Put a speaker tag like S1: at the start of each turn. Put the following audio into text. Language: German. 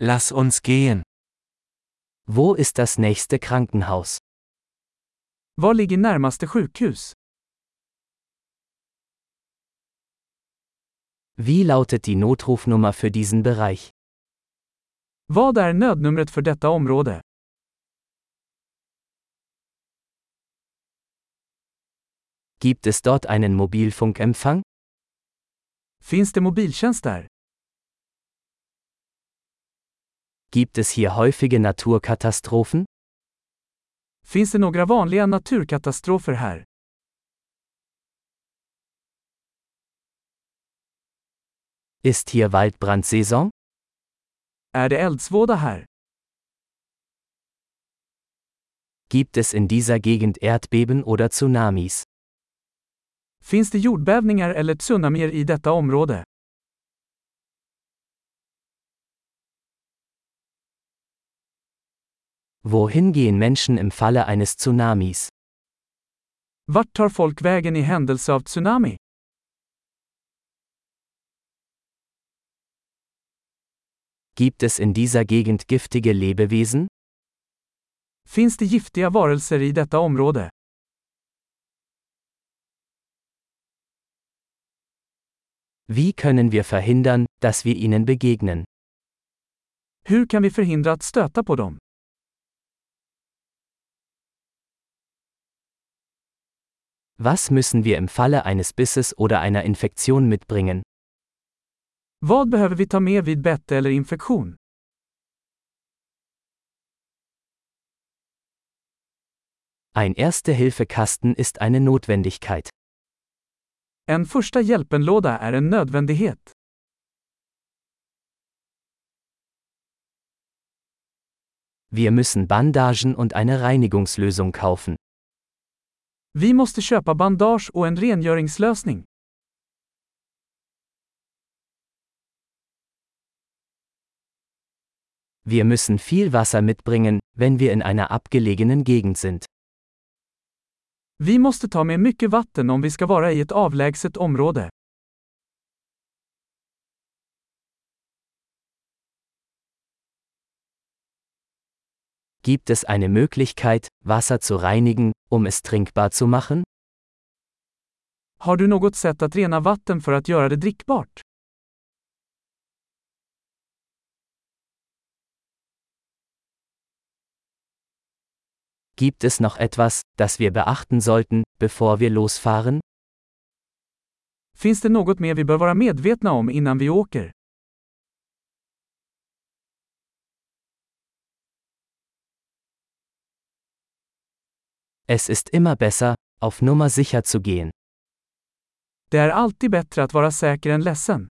S1: Lass uns gehen.
S2: Wo ist das nächste Krankenhaus?
S3: Var ligger närmaste sjukhus?
S2: Wie lautet die Notrufnummer für diesen Bereich?
S3: Vad är nödnumret för detta område?
S2: Gibt es dort einen Mobilfunkempfang?
S3: Finns det mobiltjänst där?
S2: Gibt es hier häufige Naturkatastrophen?
S3: Finns det några vanliga naturkatastrofer här?
S2: Ist hier Waldbrandsaison?
S3: Är det eldsvåda här?
S2: Gibt es in dieser Gegend Erdbeben oder Tsunamis?
S3: Finns det jordbävningar eller tsunamier i detta område?
S2: Wohin gehen Menschen im Falle eines Tsunamis?
S3: Vart tar folk vägen i händelse av tsunami?
S2: Gibt es in dieser Gegend giftige Lebewesen?
S3: Finns det giftiga varelser i detta område?
S2: Wie können wir verhindern, dass wir ihnen begegnen?
S3: Hur kan vi förhindra att stöta på dem?
S2: Was müssen wir im Falle eines Bisses oder einer Infektion mitbringen?
S3: Vad behöver vi ta med vid bett eller infektion?
S2: Ein Erste-Hilfe-Kasten ist eine Notwendigkeit.
S3: En första hjälpenlåda är en nödvändighet.
S2: Wir müssen Bandagen und eine Reinigungslösung kaufen.
S3: Vi måste köpa bandage och en rengöringslösning.
S2: Wir müssen viel Wasser mitbringen, wenn wir in einer abgelegenen Gegend sind.
S3: Vi måste ta med mycket vatten om vi ska vara i ett avlägset område.
S2: Gibt es eine Möglichkeit, Wasser zu reinigen, um es trinkbar zu machen?
S3: Har du något sätt att rena vatten för att göra det drickbart?
S2: Gibt es noch etwas, das wir beachten sollten, bevor wir losfahren?
S3: Finns det något mer vi bör vara medvetna om innan vi åker?
S2: Es ist immer besser, auf Nummer sicher zu gehen.
S3: Det är alltid bättre att vara säker än ledsen.